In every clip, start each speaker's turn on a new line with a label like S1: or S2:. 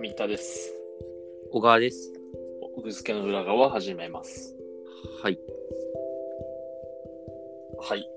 S1: 三田です。
S2: 小川です。
S1: 奥付けの裏側始めます。
S2: はい。
S1: はい。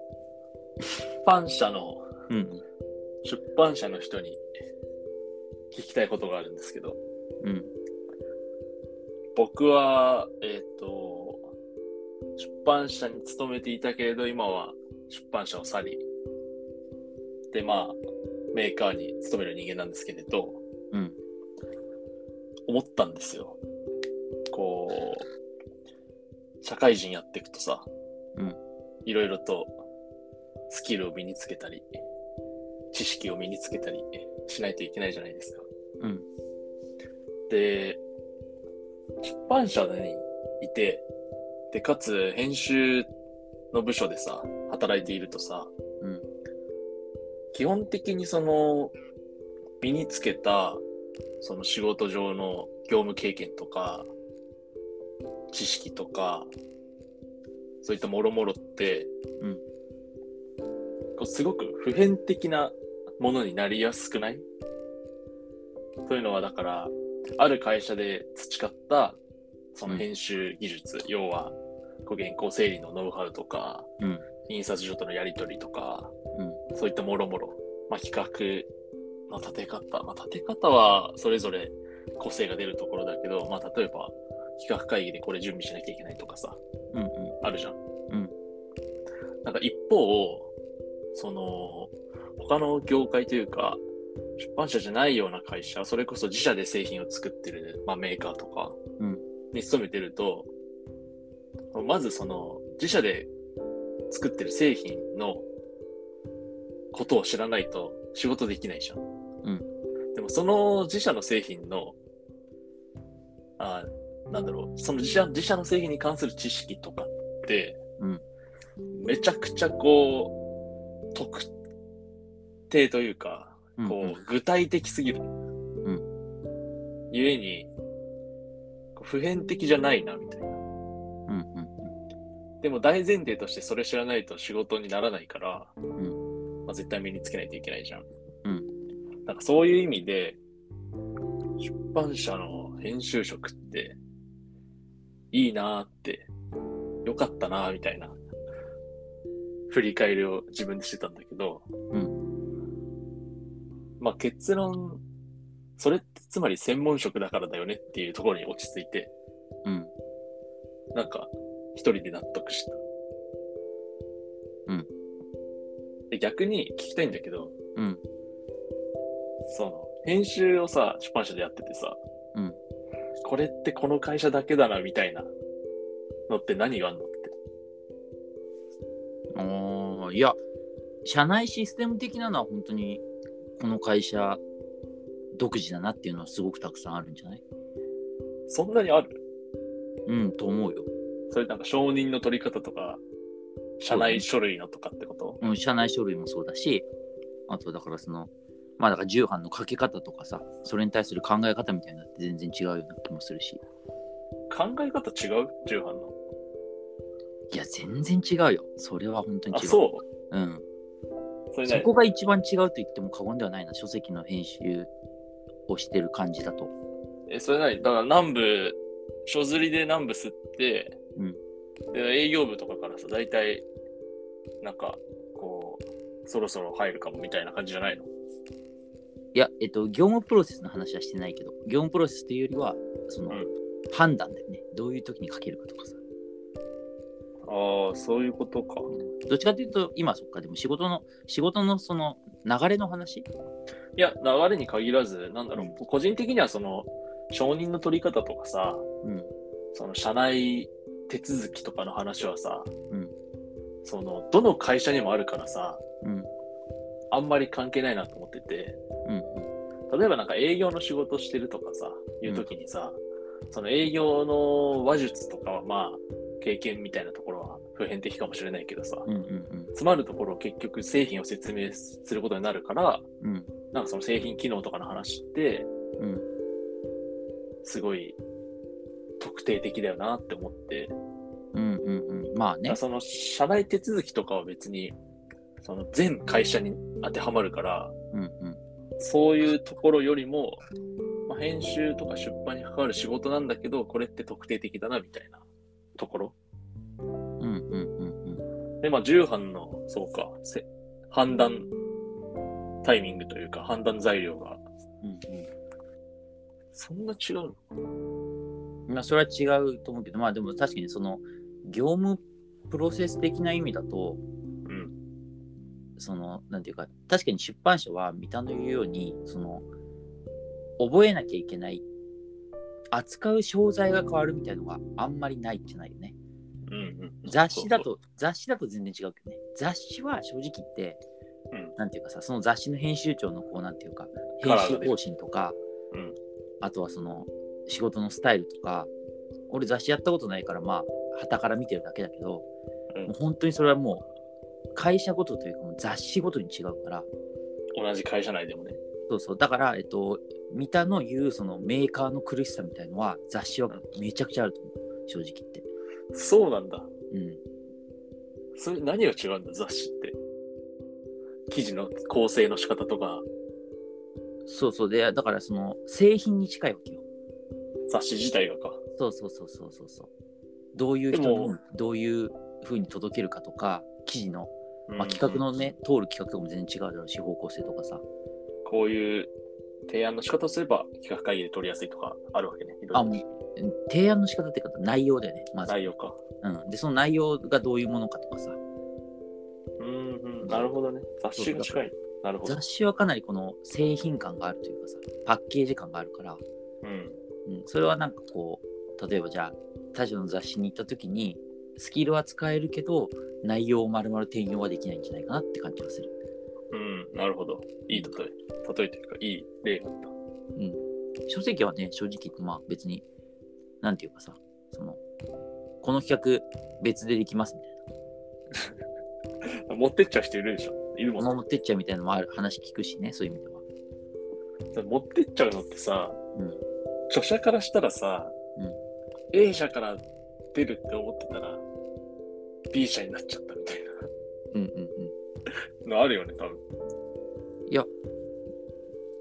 S1: 出版社の、
S2: うん。
S1: 出版社の人に聞きたいことがあるんですけど、
S2: うん。
S1: 僕は、えっ、と、出版社に勤めていたけれど、今は出版社を去り、で、まあ、メーカーに勤める人間なんですけれど、
S2: うん。
S1: 思ったんですよ。こう、社会人やっていくとさ、
S2: うん
S1: いろいろとスキルを身につけたり、知識を身につけたりしないといけないじゃないですか。
S2: うん。
S1: で、出版社にいて、で、かつ編集の部署でさ、働いているとさ、
S2: うん
S1: 基本的にその、身につけた、その仕事上の業務経験とか、知識とか、そういったもろもろって、
S2: うん
S1: こうすごく普遍的なものになりやすくないというのは、だから、ある会社で培った、その編集技術、要は、こう原稿整理のノウハウとか、
S2: うん。
S1: 印刷所とのやり取りとか、
S2: うん。
S1: そういったもろもろ、まあ、企画の立て方、まあ、立て方はそれぞれ個性が出るところだけど、まあ、例えば企画会議でこれ準備しなきゃいけないとかさ、
S2: うん。うん。
S1: あるじゃん。
S2: うん。
S1: なんか一方、その、他の業界というか、出版社じゃないような会社、それこそ自社で製品を作ってる、まあ、メーカーとか
S2: うん
S1: に勤めてると、まずその自社で作ってる製品のことを知らないと仕事できないじゃん。でもその自社の製品の、あなんだろう、その自社自社の製品に関する知識とかって、
S2: うん
S1: めちゃくちゃこう、特定というか、
S2: うん。
S1: こう、具体的すぎる。
S2: ん
S1: ゆえに、こう普遍的じゃないな、みたいな。
S2: うん。うん。うん。
S1: でも大前提としてそれ知らないと仕事にならないから、
S2: ん
S1: まあ、絶対身につけないといけないじゃん。
S2: うん
S1: なんかそういう意味で、出版社の編集職って、いいなーって、よかったなーみたいな、振り返りを自分でしてたんだけど、
S2: うん。
S1: まあ結論、それってつまり専門職だからだよねっていうところに落ち着いて、
S2: うん。
S1: なんか、一人で納得した。
S2: うん。
S1: で、逆に聞きたいんだけど、
S2: うん。
S1: その、編集をさ、出版社でやっててさ、
S2: うん。
S1: これってこの会社だけだな、みたいなのって何があんのって。
S2: ああ、いや、社内システム的なのは本当に、この会社、独自だなっていうのはすごくたくさんあるんじゃない
S1: そんなにある
S2: うん、と思うよ。
S1: それなんか承認の取り方とか、社内書類のとかってこと
S2: うん、社内書類もそうだし、あとだからその、まあだから重版のかけ方とかさ、それに対する考え方みたいなのって全然違うような気もするし。
S1: 考え方違う重版の。
S2: いや、全然違うよ。それは本当に
S1: あ、
S2: 違う。。
S1: そう
S2: うん。
S1: うそれ
S2: そ
S1: 何
S2: こが一番違うと言っても過言ではないな、書籍の編集をしてる感じだと。
S1: え、それ何だから南部、書釣りで南部吸って、
S2: うん
S1: で営業部とかからさ、大体、なんか、こう、そろそろ入るかもみたいな感じじゃないの
S2: いや、えっと、業務プロセスの話はしてないけど、業務プロセスというよりは、その、
S1: うん
S2: 判断だよね。どういう時に書けるかとかさ。
S1: ああ、そういうことか。
S2: どっちかというと、今そっか、でも仕事の、仕事のその流れの話
S1: いや、流れに限らず、なんだろう、
S2: う
S1: 個人的にはその、承認の取り方とかさ、
S2: うん。
S1: その社内手続きとかの話はさ、
S2: うん
S1: その、どの会社にもあるからさ、
S2: うん。
S1: あんまり関係ないなと思ってて、
S2: うん。
S1: 例えばなんか営業の仕事してるとかさ、いう時にさ、その営業の話術とかはまあ、経験みたいなところは普遍的かもしれないけどさ、
S2: うん。うん。うん。
S1: 詰まるところ結局製品を説明することになるから、
S2: うん。
S1: なんかその製品機能とかの話って、
S2: うん。
S1: すごい特定的だよなって思って、
S2: うん。うん。うん。まあ
S1: だか
S2: ね
S1: ら。その社内手続きとかは別に、その全会社に当てはまるから、
S2: うんうん
S1: そういうところよりも、まあ、編集とか出版に関わる仕事なんだけど、これって特定的だなみたいなところ。
S2: うんうんうんうん
S1: で、まあ、重版の、そうか、せ判断タイミングというか、判断材料が、
S2: うん
S1: そんな違うの
S2: うんまあそれは違うと思うけどまあでも確かにその業務プロセス的な意味だと
S1: うん。
S2: そのなんていうか確かに出版社は三田の言うようにその覚えなきゃいけない扱う商材が変わるみたいのがあんまりないじゃないよね
S1: うんうん。
S2: 雑誌だ
S1: そう
S2: と雑誌だと全然違うけどね雑誌は正直言って、
S1: うん
S2: なんていうかさその雑誌の編集長のこうなんていうか
S1: カ
S2: 編
S1: ラー
S2: 集
S1: が出る
S2: 方針とか、
S1: うん
S2: あとはその仕事のスタイルとか俺雑誌やったことないからまあ傍から見てるだけだけど、
S1: うん
S2: もう本当にそれはもう会社ごとというかもう雑誌ごとに違うから
S1: そう同じ会社内でもね。
S2: そうそうだからえっと三田の言うそのメーカーの苦しさみたいのは雑誌はめちゃくちゃあると思う正直言って。
S1: そうなんだ。
S2: うん
S1: それ何が違うんだ、雑誌って。記事の構成の仕方とか、
S2: そうそうでだからその製品に近いわけよ
S1: 雑誌自体がか。
S2: そうそうそうそうそうそうどういう人
S1: で
S2: に
S1: も
S2: どういう風に届けるかとか記事の、まあ、企画
S1: うん
S2: のね通る企画とかも全然違うだろうし方向性とかさ
S1: こういう提案の仕方をすれば企画会議で取りやすいとかあるわけね。いろいろ
S2: あもううん提案の仕方っていうか内容だよねまず、
S1: 内容か。
S2: うん、でその内容がどういうものかとかさ
S1: うんうん。なるほどね。雑誌が近い。なるほど
S2: 雑。誌はかなりこの製品感があるというかさパッケージ感があるから、
S1: うん。
S2: うん、それはなんかこう例えばじゃあ他社の雑誌に行った時にスキルは使えるけど内容を丸々転用はできないんじゃないかなって感じがする
S1: うん。なるほど。いい例え。例えというか、いい例だった。
S2: うん、書籍はね正直言ってまあ別になんていうかさそのこの企画別でできますみたい
S1: 持ってっちゃう人いるでしょ。いるも
S2: なんも
S1: ね
S2: う持ってっちゃうみたいなのもある話聞くしねそういう意味では
S1: それ持ってっちゃうのってさ、
S2: うん
S1: 著者からしたらさ、
S2: うん
S1: A 社から出るって思ってたら、B 社になっちゃったみたい
S2: うんうんうん
S1: なのあるよね、多分。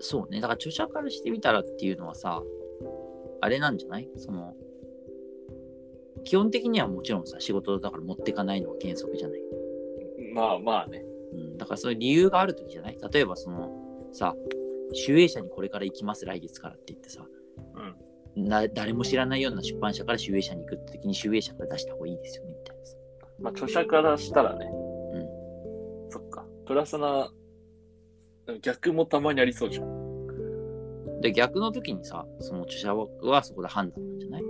S2: そうねだから著者からしてみたらっていうのはさあれなんじゃないその基本的にはもちろんさ仕事だから持ってかないのが原則じゃない、
S1: まあまあね。
S2: うん、だからそういう理由がある時じゃない例えばそのさ集英社にこれから行きます来月からって言ってさ
S1: うん。
S2: な誰も知らないような出版社から集英社に行くって時に集英社から出した方がいいですよねみたいなさ
S1: まあ著者からしたらね。そっか。プラスな、逆もたまにありそうじゃん。
S2: で逆の時にさその著者はそこで判断なんじゃない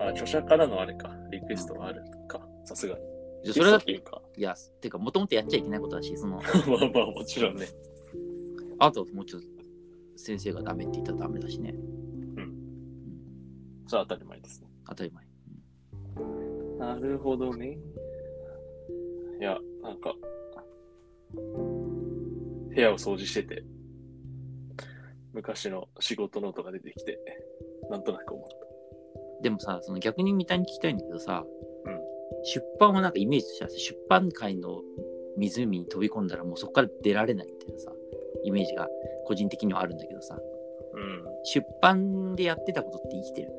S1: あ、著者からのあれか。リクエストがあるか。さすがに。
S2: でそれだっ
S1: って
S2: て
S1: い
S2: いう
S1: か。
S2: やてかもともとやっちゃいけないことだしその
S1: まあ まあもちろんね。
S2: あともうちょっと先生がダメって言ったらダメだしね
S1: それは当たり前ですね。
S2: 当たり前
S1: なるほどね。いや、なんか、部屋を掃除してて、昔の仕事ノートが出てきて、なんとなく思っ
S2: でもさその逆に三田に聞きたいんだけどさ、
S1: うん
S2: 出版はなんかイメージとしてはさ出版界の湖に飛び込んだらもうそこから出られないみたいなさイメージが個人的にはあるんだけどさ
S1: た。うん。
S2: 出版でやってたことって生きてる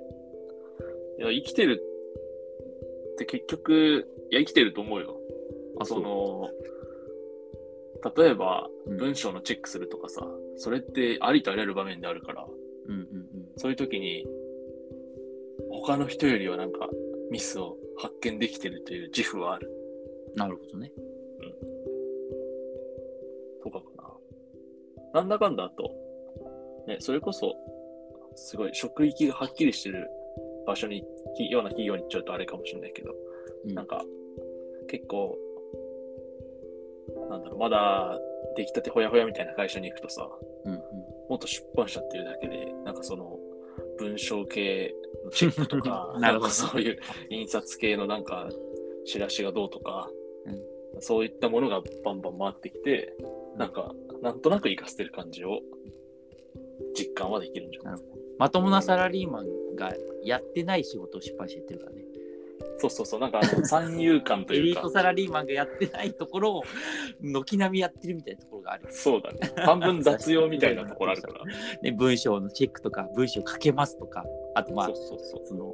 S1: いや、生きてるって結局、いや、生きてると思うよ。
S2: あ
S1: その、例えば、
S2: うん
S1: 文章のチェックするとかさ、それってありとあらゆる場面であるから、
S2: うんうんうん
S1: そういう時に、他の人よりはなんか、ミスを発見できてるという自負はある
S2: なるほどね。
S1: とかかな。なんだかんだあと、ね、それこそ、すごい職域がはっきりしてる場所に、きような企業に行っちゃうとあれかもしれないけど、
S2: うん
S1: なんか、結構、なんだろう、まだ出来たてほやほやみたいな会社に行くとさ、
S2: うんうん
S1: 元出版社っていうだけで、なんかその、文章系のチェックとか、
S2: なるほど
S1: んかそういう印刷系のなんか、チラシがどうとか、
S2: うん
S1: そういったものがバンバン回ってきて、なんか、なんとなく活かせてる感じを、実感はできるんじゃない
S2: まともなサラリーマンがやってない仕事を出版してやってるからね。
S1: そうそうそう、なんかあ の三遊間と
S2: エ
S1: い
S2: リ
S1: う
S2: ー
S1: か
S2: ト、サラリーマンがやってないところを軒並みやってるみたいなところがある、
S1: そうだね。半分雑用みたいなところあるから。
S2: ね、文章のチェックとか文章書けますとかあ とまあ
S1: そうそうそう。
S2: その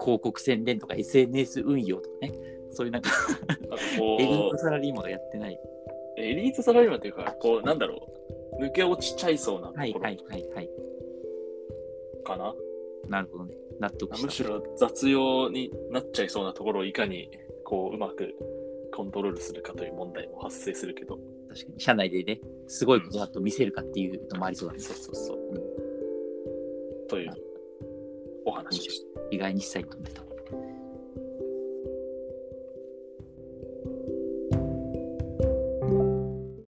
S2: 広告宣伝とか SNS 運用とかねそういうなんか
S1: なんか
S2: エリー
S1: こ
S2: トサラリーマンがやってない。
S1: う、エリートサラリーマンというか、こう、なんだろう、抜け落ちちゃいそうなとこ
S2: はい
S1: ろ
S2: はいはいはい。
S1: かな。
S2: なるほどね。納得
S1: むし
S2: した。
S1: ろ雑用になっちゃいそうなところをいかに、こう、うまくコントロールするかという問題も発生するけど。
S2: 確かに。社内でね、すごいことだと見せるかっていうのもありそうだね。
S1: そうそうそう。というお話でした。
S2: 意外にしたいと思ってた。